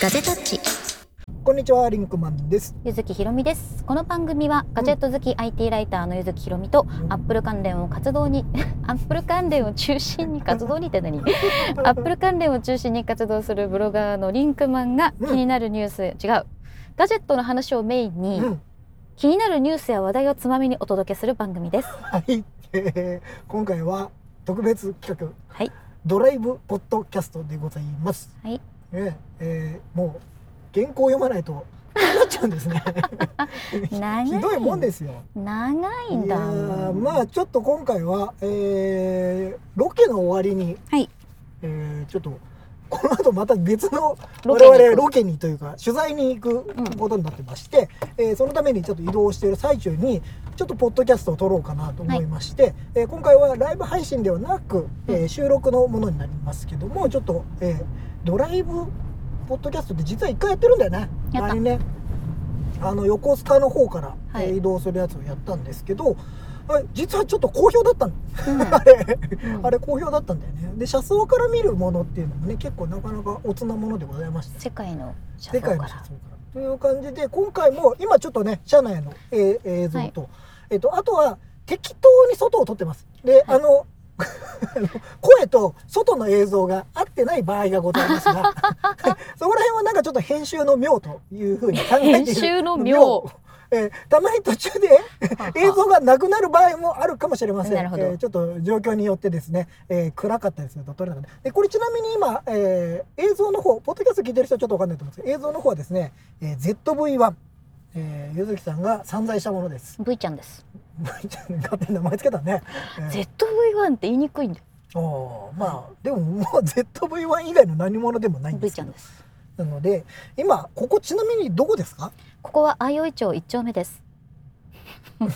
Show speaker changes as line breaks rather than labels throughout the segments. ガジェタッチ
こんにちは、リンクマンです。
ゆずきひろみですこの番組はガジェット好き IT ライターのゆずきひろみとアップル関連を活動に アップル関連を中心に活動にって 何アップル関連を中心に活動するブロガーのリンクマンが
うん
気になるニュース、違うガジェットの話をメインに、
うん、
気になるニュースや話題をつまみにお届けする番組です
はい、えー今回は特別企画、
はい
ドライブポッドキャストでございます。
はい
ねえーもう原稿読まないとなっちゃうんですね。
長い
ひどいもんですよ。
長いん
や
だ
ーまあちょっと今回は、えーロケの終わりに、
はい
えーちょっとこの後また別の
ロケに行く
我々ロケにというか取材に行くことになってまして、えーそのためにちょっと移動している最中にちょっとポッドキャストを撮ろうかなと思いまして、えー今回はライブ配信ではなく、えー収録のものになりますけどもちょっと、えードライブポッドキャストって実は一回やってるんだよね。
やった
前にねあの横須賀の方から、
はい
えー移動するやつをやったんですけどあ実はちょっと好評だったの、
うん
あれ
うん
あれ好評だったんだよねで車窓から見るものっていうのもね結構なかなかおつなものでございました
世界の車
世
窓から
界の車窓からという感じで今回も今ちょっとね車内の、えー映像と,、えー、とあとは適当に外を撮ってますで、あの あの声と外の映像が合ってない場合がございますが そこら辺はなんかちょっと編集の妙というふうに考えている
編集の妙
えーたまに途中で 映像がなくなる場合もあるかもしれません。
なるほど
えーちょっと状況によってですね、えー暗かったりすると撮れなかった。で、これちなみに今、えー映像の方、ポッドキャスト聞いてる人はちょっとわかんないと思うんですけど、映像の方はですね、えー ZV-1。えー、ゆずきさんが散財したものです。
V ちゃんです、
勝手に名前つけたね。えー
ZV-1 って言いにくいんだよ
おーまあ、でももう ZV-1 以外の何者でもないんで
V
す
ち
け
ゃ
ど
んです
なので、今、ここちなみにどこですか
ここは相生町一丁目です。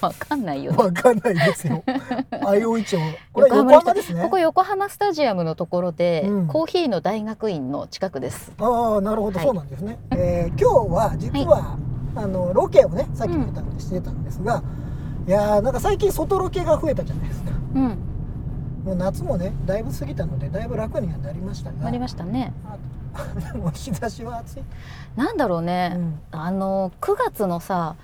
わかんないよ、ね。
わかんないです よ。相生町。これ
横
横
浜の人
浜ですね。
ここ横浜スタジアムのところで、
うん
コーヒーの大学院の近くです。
ああなるほど、
はい
そうなんですね、えー今日は実は、あのロケをねさっきも言ったんでしてたんですが、いやーなんか最近外ロケが増えたじゃないですか
うん、
もう夏もねだいぶ過ぎたのでだいぶ楽にはなりましたが
ありましたね。
で も日差しは暑い、
なんだろう
う
ね。
ん
あの9月のさ、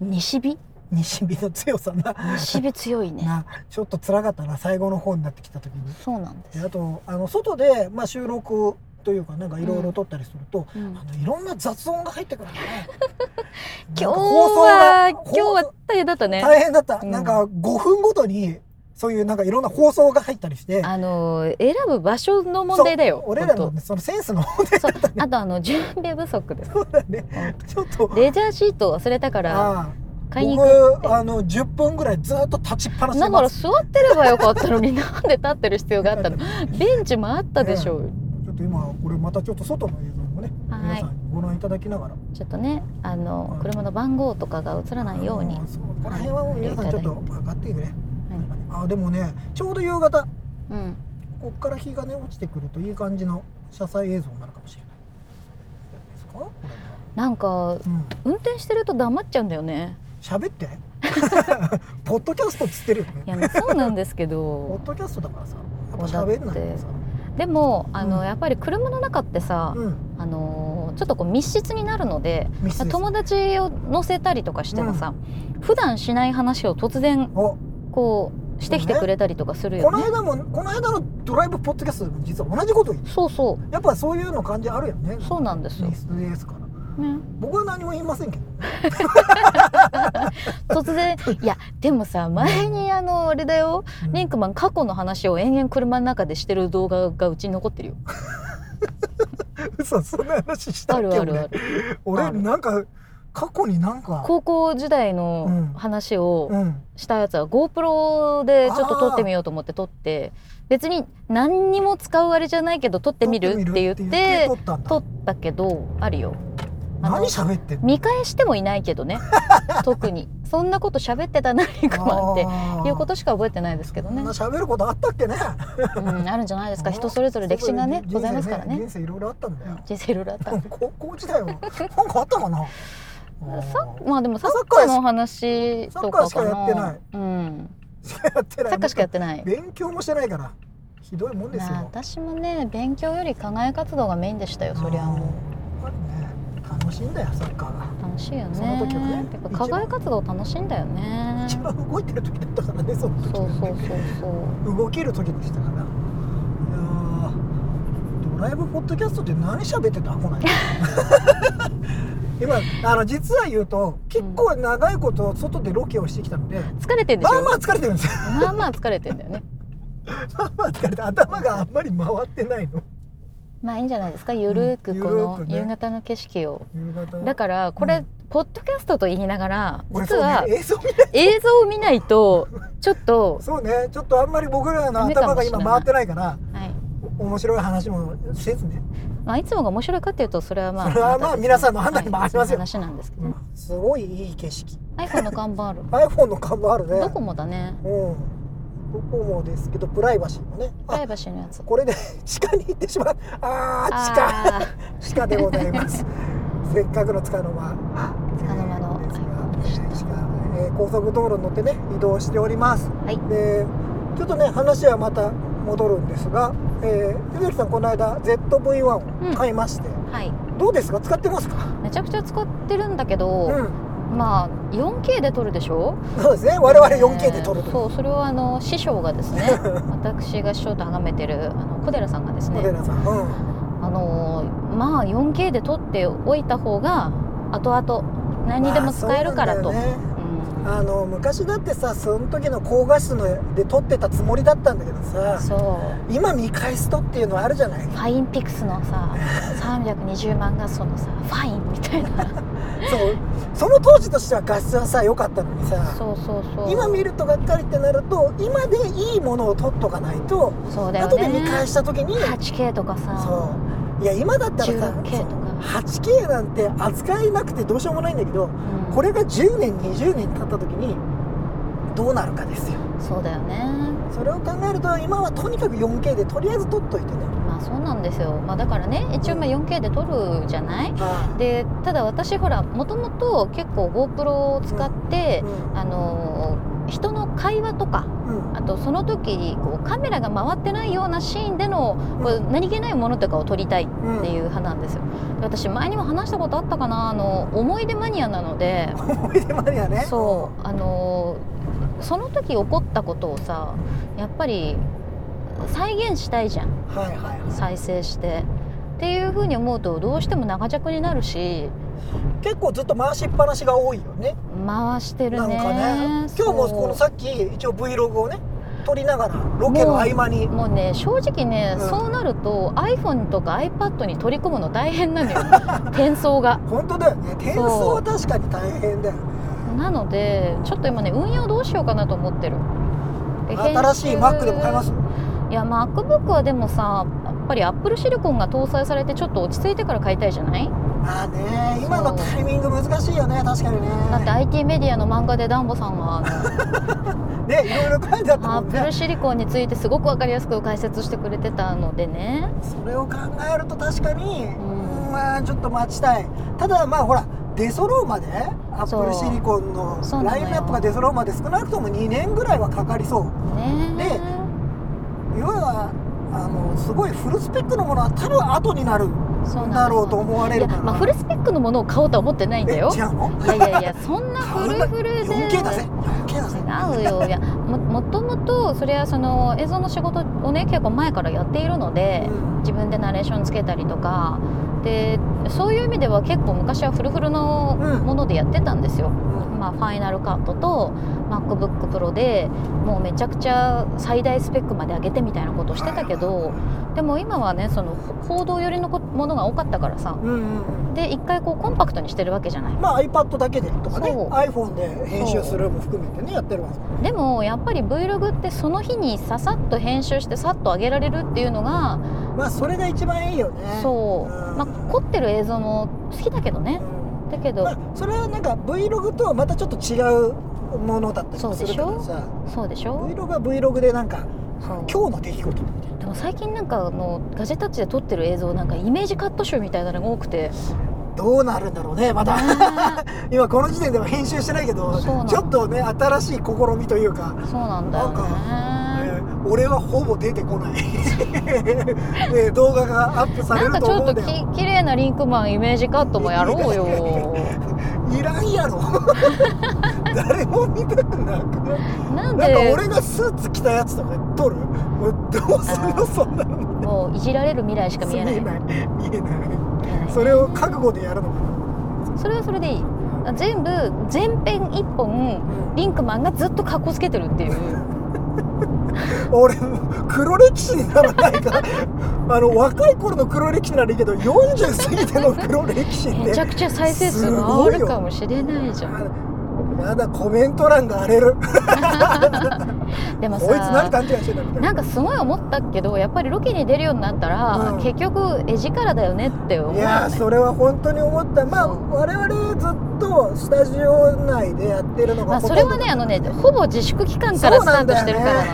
うん
西日、
西日の強さな
西日強いね。
なちょっと辛かったな最後の方になってきた時に
そうなんです。
であとあの外で、まあ、収録というかなんかいろいろ撮ったりすると、
うん
あのいろんな雑音が入ってくるから ね
今日
な
は
んか
今
放送が
日は大変だったね。
大変だった、
うん
なんか5分ごとにそういうなんかいろんな放送が入ったりして
あの選ぶ場所の問題だよ。
俺らの
本
ねそのセンスの方
当そうあとあの準備不足です。
だねちょっと
レジャーシート忘れたから
ああ
買いに行く。
僕あの10分ぐらいずっと立ちっぱなしで
だから
ます
座ってればよかったの になんで立ってる必要があったのベンチもあったでしょう、
ちょっと今これまたちょっと外の映像もね
は
皆
い
さんにご覧いただきながら
ちょっとねあの
うん
車の番号とかが映らないように
あのそうこの辺はもう皆さんちょっと分かっていくね、あでもねちょうど夕方
うん
こっから日がね落ちてくるといい感じの車載映像になるかもしれないですかこれは
なんか
うん
運転してると黙っちゃうんだよね
喋って ポッドキャストっつってるよ
い
ね
やそうなんですけ
ポ
ど
ッドキャストだからさやっぱ喋んないとさ
でもあの、
うん
やっぱり車の中ってさ、
うん
あのちょっとこう密室になるので
ミスです
友達を乗せたりとかしてもさ、普段しない話を突然
お
こうしてきてくれたりとかするよ
こ
ね
の間もこの間のドライブポッドキャストでも実は同じこと言う
そうそ
やっぱそういうの感じあるよね
うそうなんですよ、
ミ
ね、
スですから僕は何も言いませんけど
突 然いやでもさ前にあのあれだよ
うん
リンクマン過去の話を延々車の中でしてる動画がうちに残ってるよ
嘘そんな話したっ
あ
け
るあるある
俺
あ
俺
る
なんか過去になんか
高校時代
うん
の話を
うん
したやつは GoPro でちょっと撮ってみようと思って撮って別に何にも使うあれじゃないけど撮ってみるって言っ
撮みるって
て
言撮ったんだ
撮ったけどあるよあの
何喋ってんの
見返してもいないけど ね特にそんなこと喋ってたなリンクマンって
あー
いうことしか覚えてないですけどね、
そんな喋ることあったっけね
うん、あるんじゃないですか人それぞれ歴史がね
人生
ございますからね
人生いろいろあったんだよ
人生いろいろあった
高校時代はなんかあっ たかな。
サ
あ
ッまあでもサッ
カ
カ
ー
ーの話とかかな。
サッカーしかやってない。
うん。
ーやってない。
サッカーしかや
っ
ってない。
勉強もしてないからひどいもんです
まあ
よ。
私もね勉強より課外活動がメインでしたよ。そりゃも
う。ぱりね楽しいんだよサッカーが
楽しいよね
その時はね
てか課外活動楽しいんだよね
一
そう
番動いてる時だったからねその時
そうそうそう
動ける時でしたからいやードライブポッドキャストって何喋ってたこ ない今あの実は言うと結構長いこと外でロケをしてきたので、
疲れてんでし
まあ
ょ
まあ疲れてるんですよ
まあまあ疲れてんだよね
まあまあ疲れて頭があんまり回ってないの
まあいいんじゃないですかゆる
う
く
ん
こ
ゆる
の
くね
夕方の景色を
夕方
だからこ
う
れ
ん
ポッドキャストと言いながら
俺
実
そうね
は
映像見ない
映像を見ないとちょっ と
そうねちょっとあんまり僕らの頭が今回ってないから
はい
面白い話もせずね
まあいつもが面白いかっていうとそれはまあ
それはまあ
た
皆さんの判断にもありますよ
はいその話なんですけど
う
ね
んすごいいい景色
iPhone の看板ある
iPhone の看板あるね
ドコモだね
うんドコモですけどプライバシーもね
プラ
あ
イバシーのやつ
これで 地下に行ってしまうあー地下
あー
地下でございます せっかくのつかの間
つかの間の
ですが
iPhone でした
地下えー高速道路に乗ってね移動しております
はい
でちょっとね話はまた戻るんですがえーゆずきさんこの間 ZV-1 を買いまして、
はい
どうですか使ってますか
めちゃくちゃ使ってるんだけど、
うん
まあ 4K で撮るでしょ
そうですね我々 4K で撮る
えー
と
そうそれをあの師匠がですね 私が師匠と崇めてるあの小寺さんがです
モ
ね
デラさん、うん、
あのーまあ 4K で撮っておいた方が後々何にでも使えるからと、
まあそうなんだよね
うん
あの昔だってさその時の高画質ので撮ってたつもりだったんだけどさ
そう
今見返すとっていうのはあるじゃない
ファインピクスのさ320万画素のさファインみたいな
そうその当時としては画質はさ良かったのにさ
そうそうそう
今見るとがっかりってなると今でいいものを撮っとかないと、
そうだよ
後で見
ね
返した時に
8K とかさ
そういや今だったらさ
16K とか
そう 8K なんて扱えなくてどうしようもないんだけど
うん
これが10年20年経った時にどうなるかですよ
そうだよね
それを考えると今はとにかく 4K でとりあえず撮っといてね
まあそうなんですよ、まあ、だからね一応まあ 4K で撮るじゃない
あ
でただ私ほらもともと結構 GoPro を使って
あ、うん
あのー人の会話とか
うん
あとその時こうカメラが回ってないようなシーンでのこう何気ないものとかを撮りたいっ
うん
ていう派なんですよで私前にも話したことあったかなあの思い出マニアなので
思い出マニアね
そうあのーその時起こったことをさやっぱり再現したいじゃん
はいはい
再生してっていうふうに思うとどうしても長尺になるし
結構ずっと回しっぱなしが多いよね
回してる
なん
ね
かね今日もこの
そう
さっき一応 Vlog をね撮りながらロケの合間に
もうね正直ね、
うん
そうなると iPhone とか iPad に取り込むの大変なのよ転送が
本当だよね転送は確かに大変だよね
なのでちょっと今ね運用どうしようかなと思ってるで
新しい Mac でも買えます
いや MacBook はでもさやっぱり Apple シリコンが搭載されてちょっと落ち着いてから買いたいじゃない
まあね今のタイミング難しいよね確かに
だって
ね
IT メディアの漫画でダンボさんはあの
ねいろいろ書いてあった
ア
もん
ップル
ね
シリコンについてすごく分かりやすく解説してくれてたのでね
それを考えると確かに
ん
うんまあちょっと待ちたいただまあほら出揃うまでアッ
そ
プ
う
ルシリコンの
そうなの
ライ
よ
ンナップが出揃うまで少なくとも2年ぐらいはかかりそう
ね
で要はあのすごいフルスペックのものは多分後になる
そなんです
だろうと思われ
いや、
るから
まあ、フルスペックのものを買おうとは思ってないんだよ
え違うの
いやいやいやそんなフルフルで
4K だぜ 4K だぜ
違うよいやももともとそれはその映像の仕事をね結構前からやっているので、
うん
自分でナレーションつけたりとかでそういう意味では結構昔はフルフルの
うん
ものでやってたんですよ、
うん
まあ、ファイナルカットと MacBookPro でもうめちゃくちゃ最大スペックまで上げてみたいなことをしてたけどでも今はねその報道寄りのこものが多かったからさ
うんうんうん
で一回こうコンパクトにしてるわけじゃない
まあ iPad だけでとかね
そう
iPhone で編集するも含めてねやってるわけで
で
す
もやっぱり Vlog ってその日にささっと編集してさっと上げられるっていうのが
まあそれが一番いいよね
そう
うん
まあ凝ってる映像も好きだけどね
うん
だけ
ま
ど
あそれはなんか Vlog とはまたちょっと違うものだったりもするからさ
そうでしょ
Vlog は Vlog でなんか
そう
今日の出来事みたい
でも最近なんかあのガジェタッチで撮ってる映像なんかイメージカット集みたいなのが多くて
などうなるんだろうねまた
あ
今この時点では編集してないけど
そうなの
ちょっとね新しい試みというか
ーそうなんだよね
なんかえー俺はほぼ出てこない ね動画がアップされ
なんか
ると
ちょ
思
っ
う
と
ん
き
だよ
綺麗なリンクマンイメージカットもやろうよ
いらんやろ 誰も見たくなくない
なん
なんか
で
俺がスーツ着たやつとか撮るもうどうすんのそんなの
もういじられる未来しか見えない見えない
見えない見えない
ね
それを覚悟でやるのか
それはそれでいい全部全編一本
な
リンクマンがずっと格好つけてるっていう
俺黒歴史にならないか あの若い頃の黒歴史ならいいけど40過ぎての黒歴史っ
めち
て
ゃくちゃ再生数が上がるかもしれないじゃん
まだコメント欄が荒れるこ
でも
いつ何
さ
勘違いしてんだみたいな
なんかすごい思ったけどやっぱりロケに出るようになったら、
うん
結局絵力だよねって思う
いやーそれは本当に思ったまあ
そう
我々ずっとスタジオ内でやってるの
ま
が
あ、
ほと
そ
んど
れはねあのねほぼ自粛期間からスタートしてるからなのよ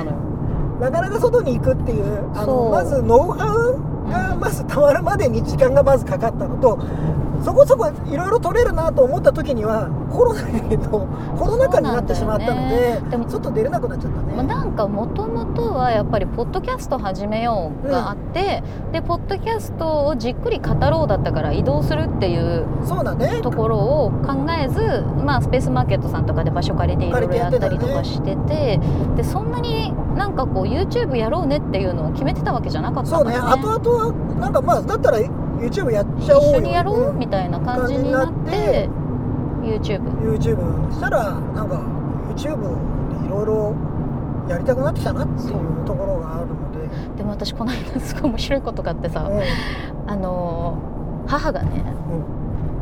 なかなか外に行くっていうあ
そ
の
う
まずノウハウが
うん
まずたまるまでに時間がまずかかったのとそこそこいろいろ取れるなと思った時にはコロナにとコロナ禍になってしまったの
そう
で
でも
外出れなくなっちゃった
まあ、
ね。
なんかもともとはやっぱり「ポッドキャスト始めよう」があって、でポッドキャストをじっくり語ろうだったから移動するっていう
そうだね
ところを考えず、まあ、スペースマーケットさんとかで場所借りていろいろやったりとかしててでそんなになんかこう YouTube やろうねっていうのを決めてたわけじゃなかった
そ
か
うね
ら、ね
後々はなんかまあだったら YouTube やっちゃおうよ
一緒にやろう
うん
みたいな感じになっ
感じに
て YouTube
YouTube したらなんか YouTube でいろいろやりたくなってきたなっていうところがあるので、
でも私この間すごい面白いことがあってさ、あのー母がね、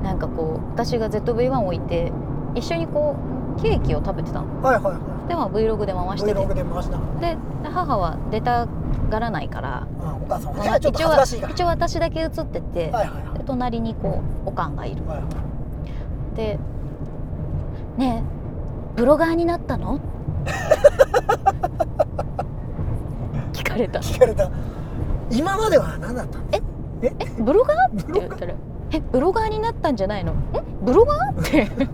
なんかこう私が ZV-1 を置いて一緒にこうケーキを食べてたの
うんはいはいは
でまあ Vlog で回
い
してて
Vlog で回した、うん、
で母は出たがらないから
お母さん
あの
いやちょっと
一応
恥ずかしいから
一応私だけ映ってて、
はいはいはい
で隣にこうおかんがいる
はい
で「ねえブロガーになったの? 」 聞かれた
聞かれた今までは何だったの
「えブロガー?」って
ブロ
言っ
ガー
たら「えブロガーになったんじゃないのえブロガー?」 って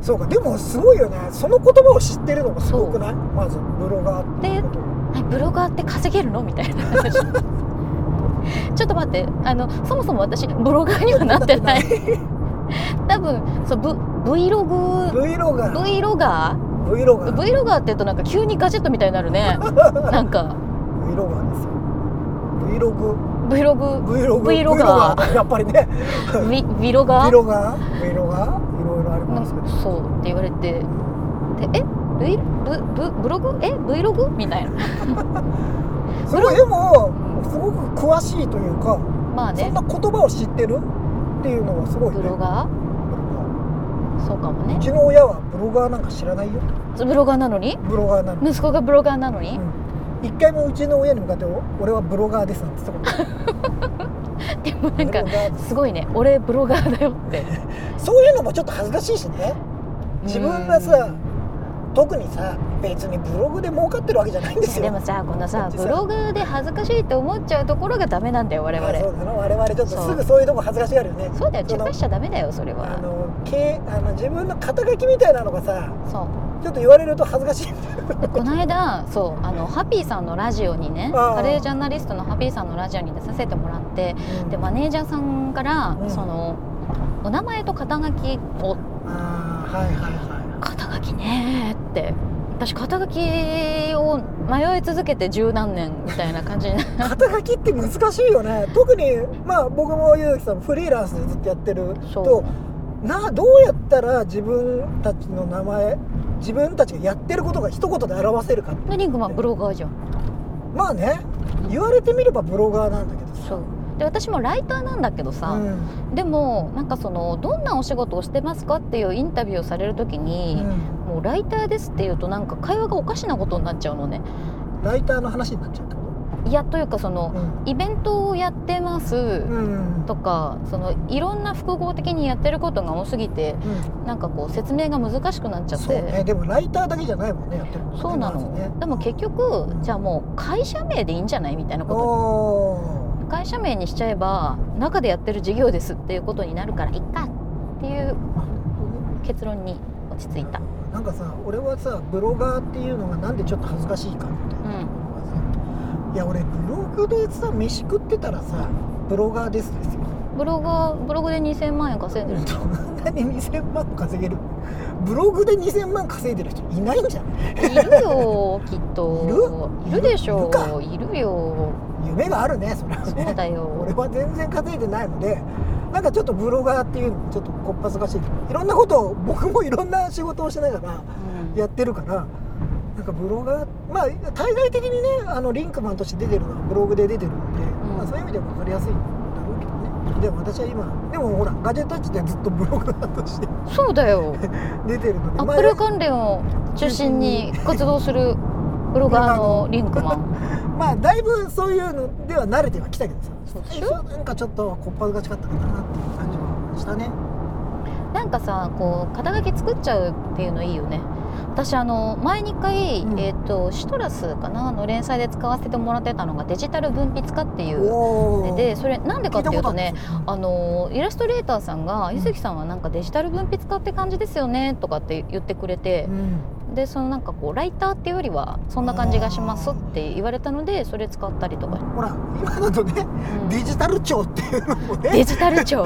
そうかでもすごいよねその言葉を知ってるのがすごくないまずブロガーっていうこと
えブロガーって稼げるのみたいな 話ちょっと待ってあのそもそも私ブロガーにはなって ない多分そうブ Vlog
Vlogger
Vlogger?Vlogger
Vlogger
って言うとなんか急にガジェットみたいになる ねなんか
Vlogger ですよ Vlog
Vlog
Vlog
Vlogger
Vlogger やっぱりね
v v l o g e r
Vlogger Vlogger いろいろありますけど
そうって言われてでえブブブブログえ Vlog? みたいな
すごいでもすごく詳しいというか
まあ
そ
ね
んな言葉を知ってるっていうのがすごいね
ブロガーそうかもね
うちの親はブロガーなんか知らないよ
ブロガーなのに
ブロガーなの
息子がブロガーなのに、
一回もうちの親に向かってお俺はブロガーですなんて言ったことない
でも なんか
ブロガーです
すごいね俺ブロガーだよって
そういうのもちょっと恥ずかしいしね 自分が
う
さ
ん
特にさ別にブログで儲かってるわけじゃないんですよ
でもさこの
だ
さ
ってさ
ブログで恥ずかしいって思っちゃうところがダメなんだよ我
あそ
々
うだな我々ちょっと
そう
すぐそういうとこ恥ずかしがるよね
そうだよ
そ
茶
の
化しちゃダメだよそれ
あ
は
のけあの自分の肩書きみたいなのがさ
そう
ちょっと言われると恥ずかしいんだよ
でこの間そうあのハッピーさんのラジオにね
あー
カレージャーナリストのハッピーさんのラジオに出させてもらってでマネージャーさんから、
うん
そのお名前と肩書きを
あーはいはいは
肩書きねーって私肩書きを迷い続けて十何年みたいな感じにな っ
い肩書きって難しいよね特にまあ僕もゆうきさんもフリーランスでずっとやってる
て
となどうやったら自分たちの名前自分たちがやってることが一言で表せるか
でリングマンブロガーじゃん
まあね言われてみればブロガーなんだけどさ
そうで私もライターなんだけど
う
さ、
ん
でもなんかそのどんなお仕事をしてますかっていうインタビューをされる時
う
に、
ん
もうライターですっていうとなんか会話がおかしなことになっちゃうのね
ライターの話になっちゃうってこ
いやというかその
と
イベントをやってます、
うん
とかそのいろんな複合的にやってることが多すぎて
うん
なんかこう説明が難しくなっちゃって
そうねでもライターだけじゃないもんねやってることね
そうなの、
まずね
でも結局じゃあもう会社名でいいんじゃないみたいなこと
おー
会社名にしちゃえば中でやってる事業ですっていうことになるからいっかっていう結論に落ち着いた、
なんかさ俺はさブロガーっていうのがなんでちょっと恥ずかしいかみたいな
うん
ところがさいや俺ブログでさ飯食ってたらさブロガーですですよ
ブロガーブログで2000万円稼いでる
そんなに2000万稼げるブログで2000万稼いでる人いないんじゃん
いるよきっと
いる
いるでし
いるか
ょういるよ
夢があるねそれは
そう
ね
だよ
俺は全然稼いでないのでなんかちょっとブロガーっていうのちょっとこっぱずかしいけどいろんなことを僕もいろんな仕事をしながら
うん
やってるからなんかブロガーまあ対外的にねあのリンクマンとして出てるのはブログで出てるので、
ん
まあ、そういう意味では分かりやすいんだろうけどねでも私は今でもほらガジェットッチでずっとブロガーとして
そうだよ
出てるので
ア
ま
ッ
あ
プル関連を中心に活動するブロガーのリンクマン
まあだいぶそういうのでは慣れてはきたけどさ
そうで
最
し
初
ょ
はなんかちょっとこっぱずかしかったかなっていう感じはしたね
なんかさこう肩書き作っちゃうっていうのいいよね私あの前に一回、
うん
えー、とシトラスかなの連載で使わせてもらってたのがデジタル分泌化っていう
おお
でそれなんでかっていうとね
あ
あのイラストレーターさんが「
ん
柚木さんはなんかデジタル分泌家って感じですよね」とかって言ってくれて
る、ん
でそのなんかこうライターっていうよりはそんな感じがしますって言われたのでそれ使ったりとか、
ほら今だとね
うん
デジタル庁っていうのも
デ
ね
ジタル 庁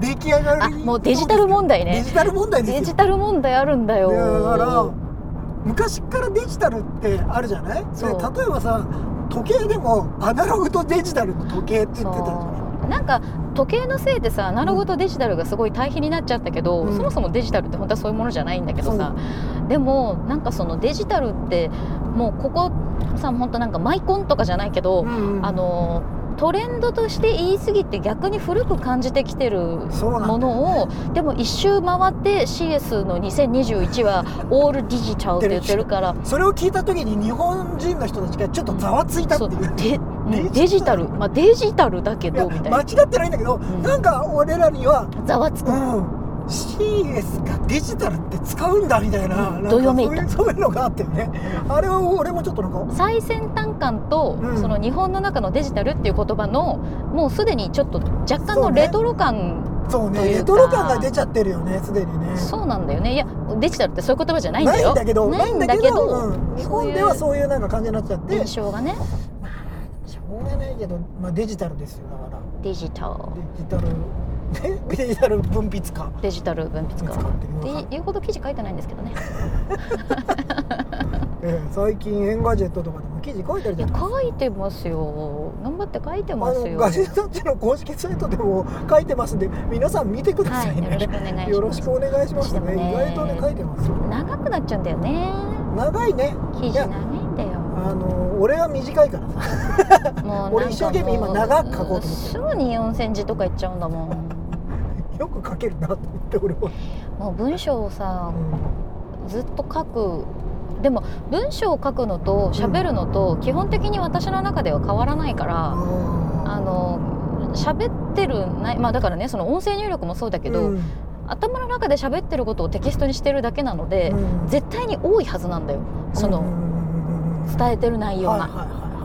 出来上が
あ
り
もうデジタル問題
デ
ね
ジタル問題ですよ
デジタル問題あるんだよ
だから昔からデジタルってあるじゃないで
そう
例えばさ時計でもアナログとデジタルの時計って言ってたじゃん
そうなんか時計のせいでさアナログとデジタルがすごい対比になっちゃったけど、
うん
そもそもデジタルって本当はそういうものじゃないんだけどさでもなんかそのデジタルってもうここさ本当なんかマイコンとかじゃないけど、
うんうん
あのトレンドとして言い過ぎて逆に古く感じてきてる
そうな
も
んだ
のをでも一周回って CS の2021はオールデジタルって言ってるから
それを聞いた時に日本人の人たちがちょっとざわついたって
そ
いうう
でもうデジタル、まあ、デジタルだけ
いや
どみたい
間違
な
ってないんだけど、
ん
なんか俺らには、
ざわつ
う
く、
ん、CS がデジタルって使うんだみたいな,、
うん
なんか
どよめいた
そういうそういうのがあってねあれを俺もちょっとなんか
最先端感と、
うん
その日本の中のデジタルっていう言葉のもうすでにちょっと若干のレトロ感
そう
と
ね
いうか
レトロ感が出ちゃってるよねすでにね
そう,、なんだよねいやデジタルってそういう言葉じゃないんだよ
ないんだけど
ないんだけど
うん日本ではそういうなんか感じになっちゃって
印象がね
しょうがないけど、まあ、デジタルですよだから
デジタル
デジタルね デジタル分泌化
デジタル分泌
使
化
ってみようかな
って言うほど記事書いてないんですけどね
ええ最近エンガジェットとかでも記事書いてる
い
じゃ
や
ん
書いてますよ頑張って書いて
あ
ます
の
よ
ガ
はい
ジェットッチの公式サイトでも書いてますんで皆さん見てくださいね、
よろしくお願いしますど
よろしくお願いします
うして
ね
もね
意外とね書いてますよ
長くなっちゃうんだよね
長いね
記事長いんだよ
あの俺は短いから
もうなんか
さ
もう
俺一生懸命今長く書こうと思って
すぐに4,000字とかいっちゃうんだもん
よく書けるなと思って俺は、
もう文章をさ
う
ずっと書くでも文章を書くのと喋るのと基本的に私の中では変わらないから、
ん、
あの喋ってるないまあだからねその音声入力もそうだけど、
うん
頭の中で喋ってることをテキストにしてるだけなので、
うん
絶対に多いはずなんだよそ
うん
の
はい
伝えてる内容
はい
が。
は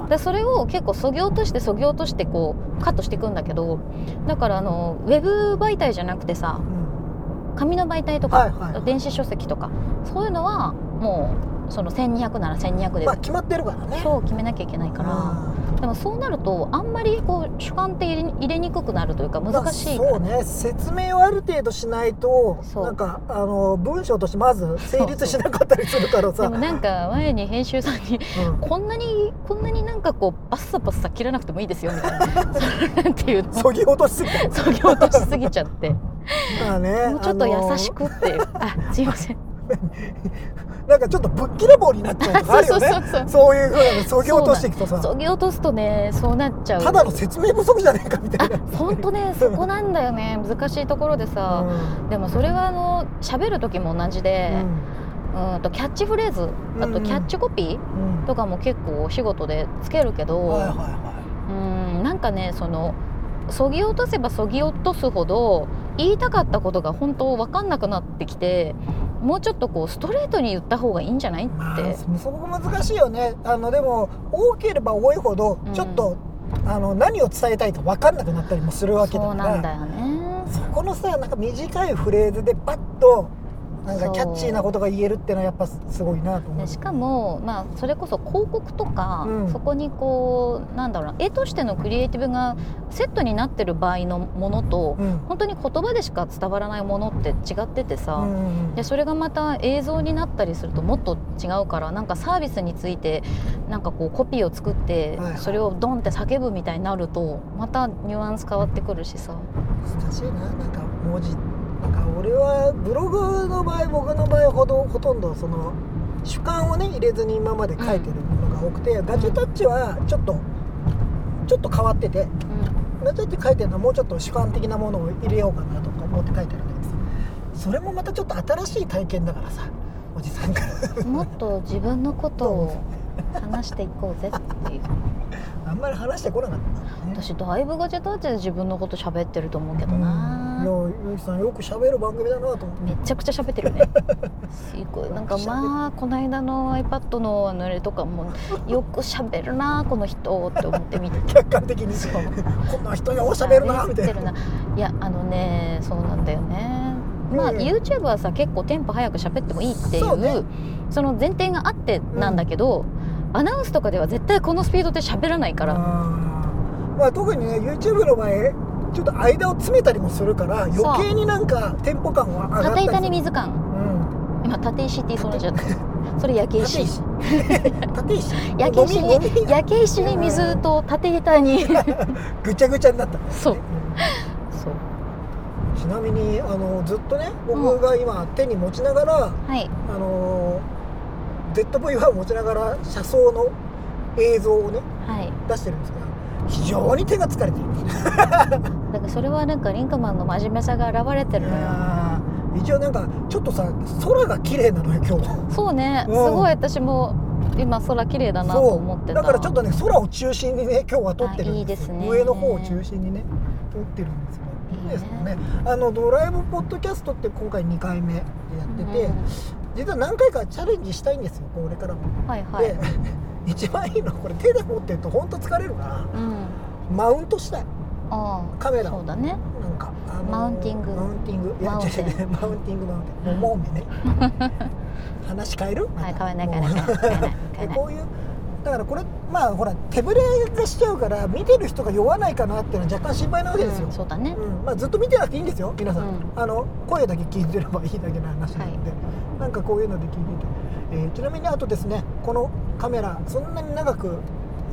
い
でそれを結構そぎ落としてそぎ落としてこうカットしていくんだけどだからあのウェブ媒体じゃなくてさ
うん
紙の媒体と
はい
か
はいはい
電子書籍とかそういうのはもうその1200なら1200
まあ
で
決まってるからね
そう決めなきゃいけないからでもそうなるとあんまりこう主観って入れ入れにくくなるというか難しい
まあそうね説明をある程度しないと
そう
なんかあの文章としてまず成立しなかったりするから
で
さ
もなんか前に編集さんに
うん
こんなにこんなになんかこうバッサバッサ切らなくてもいいですよみたい なそれなんていうの
そぎ落としすぎて
そぎ落としすぎちゃっても
まあね
うちょっと優し
く
くっていうあすいません
なんかちょっとぶっきらぼうになっちゃうとか
そ
あ
うそ
るよ
う そ
ね
うそう
そういうふうにそぎ落としていくとさ
そぎ落とすとねそうなっちゃう
ただの説明不足じゃねえかみた
あ
いな
本当ねそこなんだよね難しいところでさ、でもそれはあの喋る時も同じ
うん
で、うん、とキャッチフレーズあ
うんう
と
ん
キャッチコピー
うん
とかも結構お仕事でつけるけど、
はいはいは
うんなんかねそのそぎ落とせばそぎ落とすほど言いたかったことが本当分かんなくなってきてもうちょっとこうストレートに言った方がいいんじゃないっ
いまあ
て
そこが難しいよねあのでも多ければ多いほどちょっとあの何を伝えたいか分かんなくなったりもするわけだ
そう
か
なん
ら
だよね
そこのさなんか短いフレーズでパッとなんかキャッチーなことが言えるってのはやっぱすごいなと思う
でしかも、まあ、それこそ広告とか、
うん
そこにこうなんだろうな絵としてのクリエイティブがセットになってる場合のものと、
うん
本当に言葉でしか伝わらないものって違っててさ、
うんうん
でそれがまた映像になったりするともっと違うからなんかサービスについてなんかこうコピーを作って
はい
それをドンって叫ぶみたいになるとまたニュアンス変わってくるしさ
難しいななんか文字なんか俺はブログの場合僕の場合ほどほとんどその主観をね入れずに今まで書いてるのが多くて、ガチャタッチはちょっとちょっと変わっててガチャタッチ書いてるのはもうちょっと主観的なものを入れようかなとか思って書いてるんだけどさそれもまたちょっと新しい体験だからさおじさんから
うんもっと自分のことを話していこうぜっていう
あんまり話してこなかったんだね
私だいぶガチャタッチで自分のこと喋ってると思うけどな、
うんいやゆうきさんよく喋る番組だなと思って
めちゃくちゃ喋ってるねすごいなんかまあこの間の iPad のあのあれとかもよく喋るなこの人って思って見て
客観的に
そう
こんな人よう喋るなみたい
喋ってる
な。
ないやあのねそうなんだよねまあ、
うん
YouTube はさ結構テンポ早く喋ってもいいっていう
そ
そ,、
うね
の前提があってなんだけど、アナウンスとかでは絶対このスピードで喋らないから、
あーまあ特にね YouTube の場合ちょっと間を詰めたりもするから
そう
余計になんかテンポ感は上がった
縦
りす
板
る
に水感今縦石って言いそうになっちゃったそれ焼け
うん、
石
縦 石縦石
焼け石
飲み飲
に
み
焼け石に水と縦板に
ぐちゃぐちゃになったんだよね
そうんそう
ちなみにあのずっとね僕が今手に持ちながら、
はい
あの ZV-1 を持ちながら車窓の映像をね
はい
出してるんですけど非常に手が疲れている
だからそれはなんかリンクマンの真面目さが現れてるのよ
あー一応なんかちょっとさ空が綺麗なのよ今日
そうね、
うん
すごい私も今空綺麗だなと思ってた
だからちょっとね空を中心にね今日は撮ってるんですよ
あいいですね
上の方を中心にね撮ってるんですよいいですよねあのドライブポッドキャストって今回2回目でやってて、実は何回かチャレンジしたいんですよこれからも、
うんはいはい、
で 一番いいのはこれ手で持ってると本当疲れるから
うん、
マウントしたい
ああ
カメラ
そ
を
うだね
なんか、あの
マウンティング
マウンティングいや
マウンテン
違う違うマウンティングマウンテ ィングもうもうめね話変えるまた
はい買えない買えない買えない買え
で
ない
こういうだからこれまあほら手ぶれがしちゃうから見てる人が酔わないかなっていうのは若干心配なわけですよ
うん、、そうだね
うんまあ、ずっと見てなくていいんですよ皆さん、
うん
あの声だけ聞いてればいいだけの話なので、なんかこういうので聞いてて、えーちなみにあとですねこのカメラそんなに長く、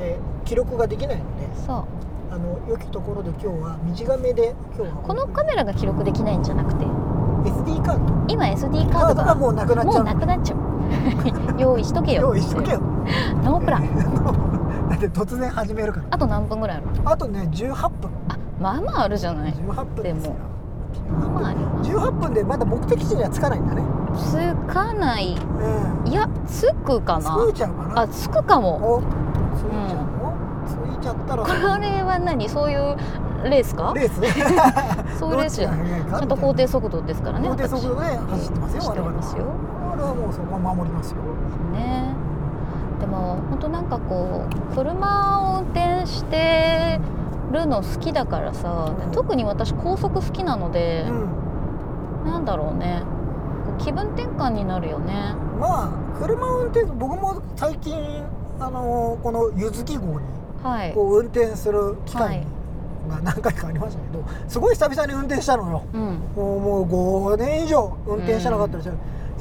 えー記録ができないので
そう
あの良きところで今日は短めで今日は
このカメラが記録できないんじゃなくて
SD カード
今 SD カ
カ
ード
ードが
がも
もうなくなっちゃ
う
う
なくなっちゃう 用意しとけよ
用意しとけよ
ノープラン
だって突然始めるから
あと何分ぐらいある
あとね18分
あまあまああるじゃない
18分ですよ
でもまあまああります
18分でまだ目的地には着かないんだね
つかない
うん
いやつくか
着
ない
ちゃうかな
あつくかも
お着いちゃうの、着いちゃった
これ
ら
は何そういうレースか
レース
そういうレースじゃない
ち
ちゃんと法定速度ですからね
法定速度で走ってますよ
私走
我
って
々は
ますよ
我々はもうそこは守りますよ
ねでも本当なんかこう車を運転してるの好きだからさ
うん
特に私高速好きなので
う、ん
なんだろうねこう気分転換になるよね
まあ車運転僕も最近あのこの柚月号に
はい
こう運転する機
は
会
い
が何回かありましたけど、すごい久々に運転したのよ
うん
もうもう5年以上運転してなかったですよ、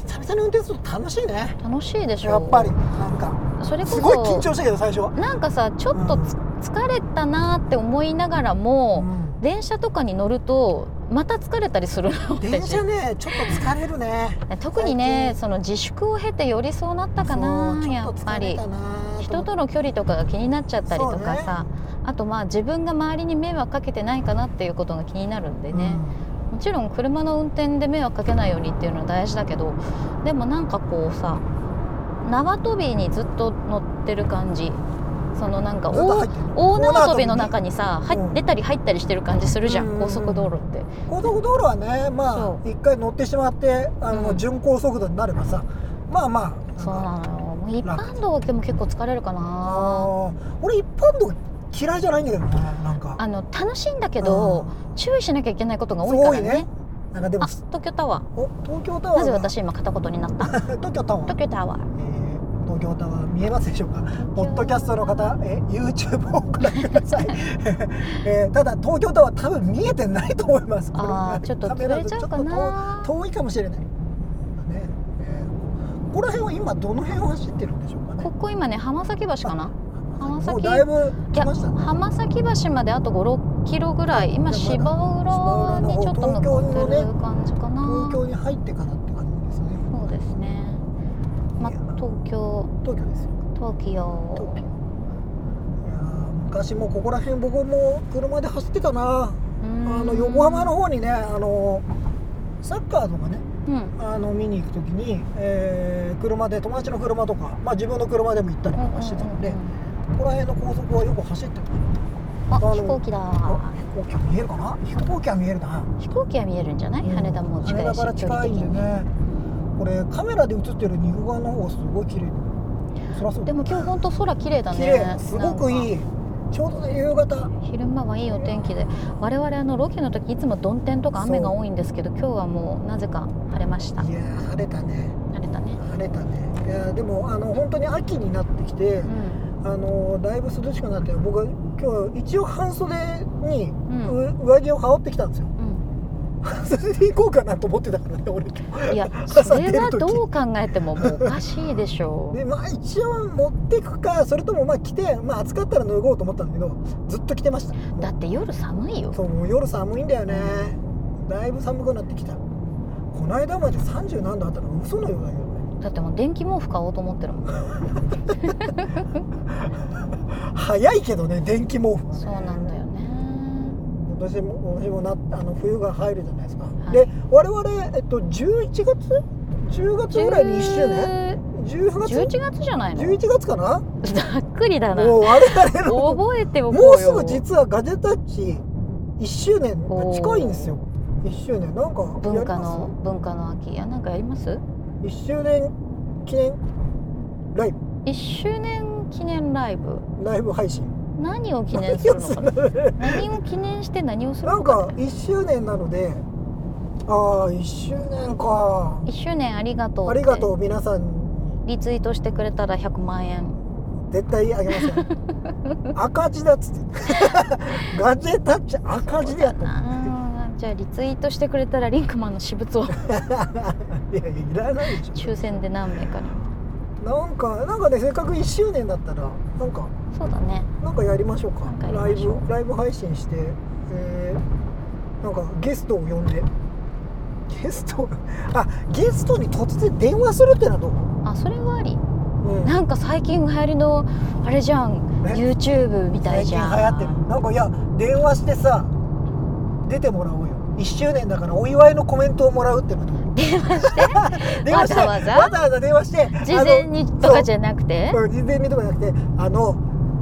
久々に運転すると楽しいね
楽しいでしょ
やっぱりなんか
それこそ
すごい緊張したけど最初は、
なんかさちょっとつ疲れたなって思いながら
う
も、
ん
電車とかに乗るとまた疲れたり するの
電車ねちょっと疲れるね
私特にね
最
その自粛を経てよりそうなったかな
そうち
や
ょ
っ
っと
ぱ
疲れ
り
たな
人との距離とかが気になっちゃったりとかさ、あとまあ自分が周りに迷惑かけてないかなっていうことが気になるんで
で
ね、もちろん車の運転で迷惑かけないようにっていうのは大事だけどでもなんかこうさ縄跳びにずっと乗ってる感じそのなんか
ずっと入
大
ってる
大縄跳びの中にさ、
縄跳びね
入っ出たり入ったりしてる感じするじゃ
うんうん
ん
うん
高速道路って。
高速道路はねま
そ
あ一回乗ってしまってあの、
うん
巡航速度になればさまあまあなんか
そうなのよもう一般道でも結構疲れるかな
あー俺一般道嫌いじゃないんだけどねなんか
あの楽しいんだけど、注意しなきゃいけないことが多いからね
すごいねなんかでも
あ、東京タワー。
お東京タワーが
なぜ私今片言になった。
東京タワー
東京タワー。
えー東京タワー見えますでしょうかポッドキャストの方、えー YouTube をご覧くだ さい、えーただ東京タワー多分見えてないと思いますこれ
ああ、ちょっと
カメ
潰
ラ
れ
で
ちゃう
ょっ
か
と
な。
遠いかもしれない、ねえーここら辺は今どの辺を走ってるんでしょうかね
ここ今ね、浜崎橋かな。浜
も
崎
うだいぶ
いや、
来ましたね
浜崎橋まであと5、6キロぐらい。今
じゃ
芝
あま
浦
だ
にちょっと向かってる感じかな
東。京に入ってからって感じですね
そうですね。ま、
いや
東京、
東京ですよ
東
東
京
京。いやー昔もここら辺僕も車で走ってたな
うー
あ
ん
の横浜の。方にねあのサッカーとかね
うん。
あの見に行く時に、えー車で友達の車とか、まあ、自分の車でも行ったりとかしてたので、
うんうんうん
ここら辺の高速はよく走ってた
あ、
あの
飛行機だ。
あ飛行機は見えるかな飛行機は見えるな
飛行機は見えるんじゃない、
うん
羽田も近
羽
い
田
し
から
距離
近い
的
んで
に、
ねこれカメラで映ってる肉眼の方がすごい綺麗そらそうだ
でも今日本当空綺麗だね
綺麗すごく
なん
いいちょうどね夕方
か昼間はいいお天気で我々あのロケの時いつも曇天とか雨が多いんですけど今日はもうなぜか晴れました
いやー晴れたね
晴れたね
晴れたねいやーでもあの本当に秋になってきて、
うん
あのだいぶ涼しくなって僕は今日一応半袖に
う
う、
ん、
上着を羽織ってきたんですよ 半袖で行こうかなと思ってたからね俺
うん、いや
朝
そ
出
れ
る
は
時
どう考えてももうおかしいでしょ う
でまあ一応持ってくかそれともまあ着て、まあ、暑かったら脱ごうと思ったんだけどずっと着てました
だって夜寒いよ
そうもう夜寒いんだよねだいぶ寒くなってきたこの間まで30何度あったの嘘のようだけどね
だってもう電気毛布買おうと思ってるもん
早いけどね電気毛布はね
そうなんだよね
私も私もなあの冬が入るじゃないですか、
はい
で我々、えっと、11月10月ぐらいに1周年10月
10 11月じゃないの
11月かな
ざっくりだな
もう我々の
覚えておこう
もうす
よ
ぐ実はガジェタッチ1周年が近いんですよ1周年なんかや
文
り
化
ま
の文化の秋いやなんかやります
す1周年記念ライブ
1周年記念ライブ
ライブ配信
何を記念するのかな何を記念して何をする
な
の
ん
か
か
な
1周年なのでああ1周年か
1周年ありがとう
あ
って
りがとう皆さん
リツイートしてくれたら100万円
絶対あげますよ 赤字だっつって ガジェタッチ赤字でやった
あーじゃあリツイートしてくれたらリンクマンの私 物を
いやいやいらないでしょ
抽選で何名かに
なんかなんかねせっかく1周年だったらなんか
そうだね
なんかやりましょうか
なんかやり
ライ
ましょう
ブライブ配信して、えーなんかゲストを呼んでゲスト あゲストに突然電話するってのはどう、
あそれはあり
うん
なんか最近流行りのあれじゃん
ね
YouTube みたい
最
じ
近流
ゃん
行ってるなんかいや電話してさ出てもらおうよ1周年だからお祝いのコメントをもらうってのはどう 電話して
わざわざ
わざわざ電話して
事前にとかじ
ゃ
ゃなくて
事前にとかじゃなくてあの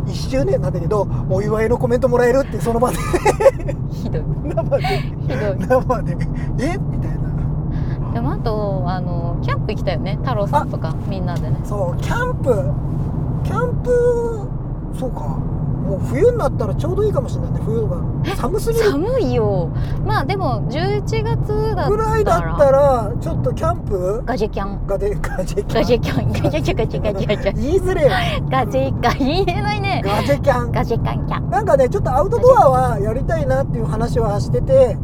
1周年なんだけどお祝いのコメントもらえるってその 場で
ひどい
生で
ひどい
生でえみたいな
でもあとあのキャンプ行きたいよね太郎さんとかみんなでね
そうキャンプキャンプそうかもう冬になったらちょうどいいかもしれないね冬が寒すぎる
寒いよまあでも11月だ
ぐらいだ
っ
ったた
ら
らちょっとキャンプ
ガジェキャン
がでガジェキ
ガジ
ャ
ェキャンガジェキャンガジェキャンガジェキャ
ン
ン
言いづれえよ
ガジェキャン言えないね
ガジェキャン
ガジェキャンキャン
なんかねちょっとアウトドアはやりたいなっていう話はしてて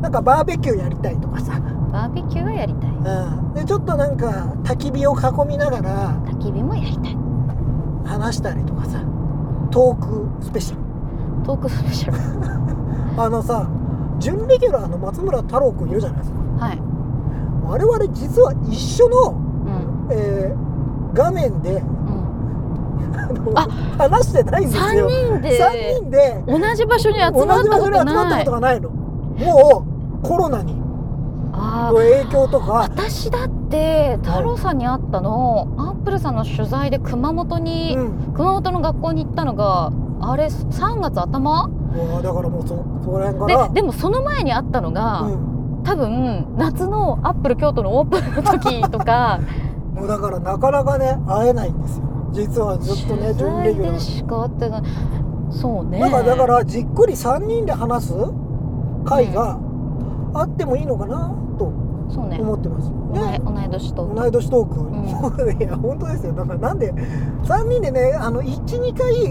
なんかバーベキューやりたいとかさ、
バーベキューはやりたい
うん、でちょっとなんか焚き火を囲みながら
焚き火もやりたい
話したりとかさトークスペシャル
トークスペシャル
あのさ準レギュラーの松村太郎くんいるじゃないですか
はい
我々実は一緒の、
うん
えー画面で
うん
あの
あ
話してないんですよ
3人
3
で
人で
同じ場所に集
同じ
ま
場
った
所
こ
に
と
集まった
な
こ
い
とがないのもうコロナに
あ
の
ー
影響とか
私だって太郎さんに会ったのアップルさんの取材で熊本に
うん
熊本の学校に行ったのがあれ3月頭
もうだからもうそそこら辺
で
から
でもその前にあったのが、
うん
多分夏のアップル京都のオープンの時 とか
もうだからなかなかね会えないんですよ実はずっとね
取
準レ
材
ギュラ
で
ー
しか会ってないそうね
なんかだからじっくり3人で話す回が、あってもいいのかなと
そうね
思ってます。
同い
ね、
同い年と
同い年トーク、
う
いや本当ですよだからなんで3人でねあの12回、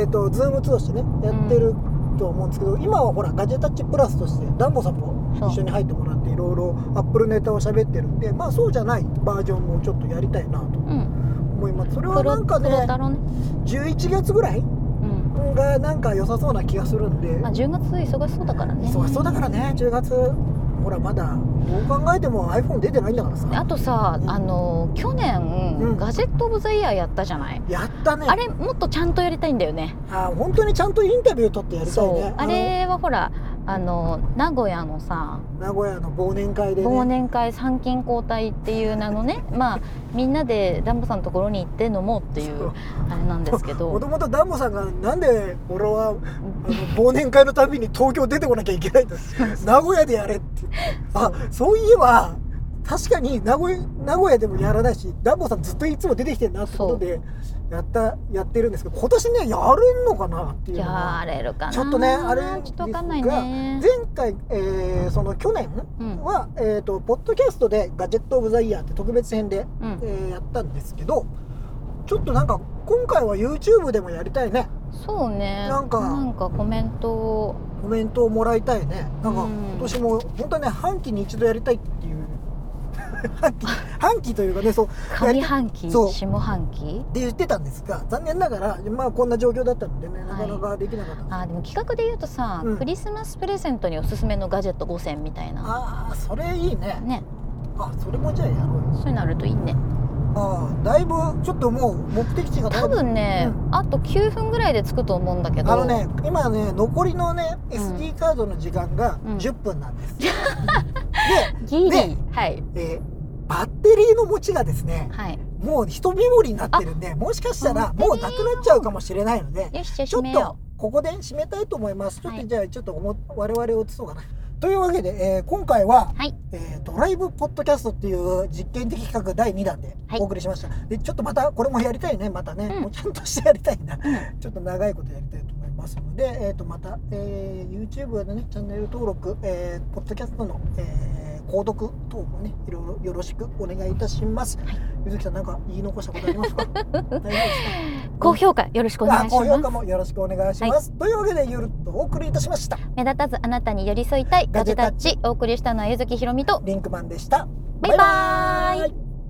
えー、とズーム通してねやってると思うんですけど、今はほらガジェタッチプラスとしてダンボさんも
そう
一緒に入ってもらっていろいろアップルネタを喋ってるんでまあそうじゃないバージョンもちょっとやりたいなと
うん
思いますそれは
黒
なんかね
黒太郎ね
11月ぐらい
うん
がなんか良さそうな気がするんで、
まあ10月忙しそうだからね
忙しそうだからね10月ほらまだどう考えても iPhone 出てないんだからさ
あとさ
うん
あの去年、
うん
ガジェット・オブ・ザ・イヤーやったじゃない、
やったね
あれもっとちゃんとやりたいんだよね
あ本当にちゃんとインタビュー取ってやりたい
そ
ね
うあれはほらあの名古屋のさ
あの名古屋の忘年会でね
忘年会参勤交代っていう名の ねまあみんなでダンボさんのところに行って飲もうってい
そう
うあれなんですけ
も
ど
ともとダンボさんがなんで俺はあの忘年会のたびに東京出てこなきゃい けないんだ名古屋でやれってあそういえば確かに名古屋名古屋でもやらないしダンボさんずっといつも出てきてるなってことでやったやってるんですけど今年ねやれんのかなっていうのが
やれるかな
ちょっとねあれ
ちょっとわかんないね
前回、えーその去年
うん
は、えー、とポッドキャストで「ガジェット・オブ・ザ・イヤー」って特別編で、
う
え
ん
ーやったんですけどちょっとなんか今回は YouTube でもやりたいね
そうね
なんか
コメントを
コメントをもらいたいねなんか
うん
今年も本当はね半期に一度やりたいっていう 半期半期というかねそう
上半期
そう
下半期
で言ってたんですが残念ながら、まあ、こんな状況だったのでねなかなかできなかったんですけど
あーでも企画で言うとさ、
うん
クリスマスプレゼントにおすすめのガジェット5選みたいな
ああそれいいね
ね
あそれもじゃあやろうよ
そういうのあるといいね
ああだいぶちょっともう目的地がだい
多
ぶ
分ね、
う
あと9分ぐらいで着くと思うんだけど
あのね今ね残りのね
うん
SD カードの時間が
うん
10分な んです、
ギリ、
ね
はい
で、えーバッテリーの持ちがですね
はい
もう一メモリになってるんでもしかした
バッ
ら
テリー
もうなくなっちゃうかもしれないので
よしじゃあ
ち
閉
ょっ
め
と
よ
ここで締めたいと思いますちょっ
は
と
い
じゃあちょっとおも我々を移そうかなというわけで、えー今回は
うはい
えードライブポッドキャストっていう実験的企画第2弾で
はい
お送りしました、でちょっとまたこれもやりたいねまたね、
うん
もうちゃんとしてやりたいな、
ん
ちょっと長いことやりたいと思いますので、えー、とまた、えー YouTube のねチャンネル登録、えーポッドキャストの、えー購読等もねいろいろよろしくお願いいたします、
はい
ゆずきさんなんか言い残したことあり ますか大丈夫です
高評価よろしくお願いし
あ高評
ま
価
す
もよろしくお願いします、というわけでゆるっとお送りいたしました
目立たずあなたに寄り添いたいガジェタッチお送りしたのはゆずきひろみと
リンクマンでした
バイバーイ
バイ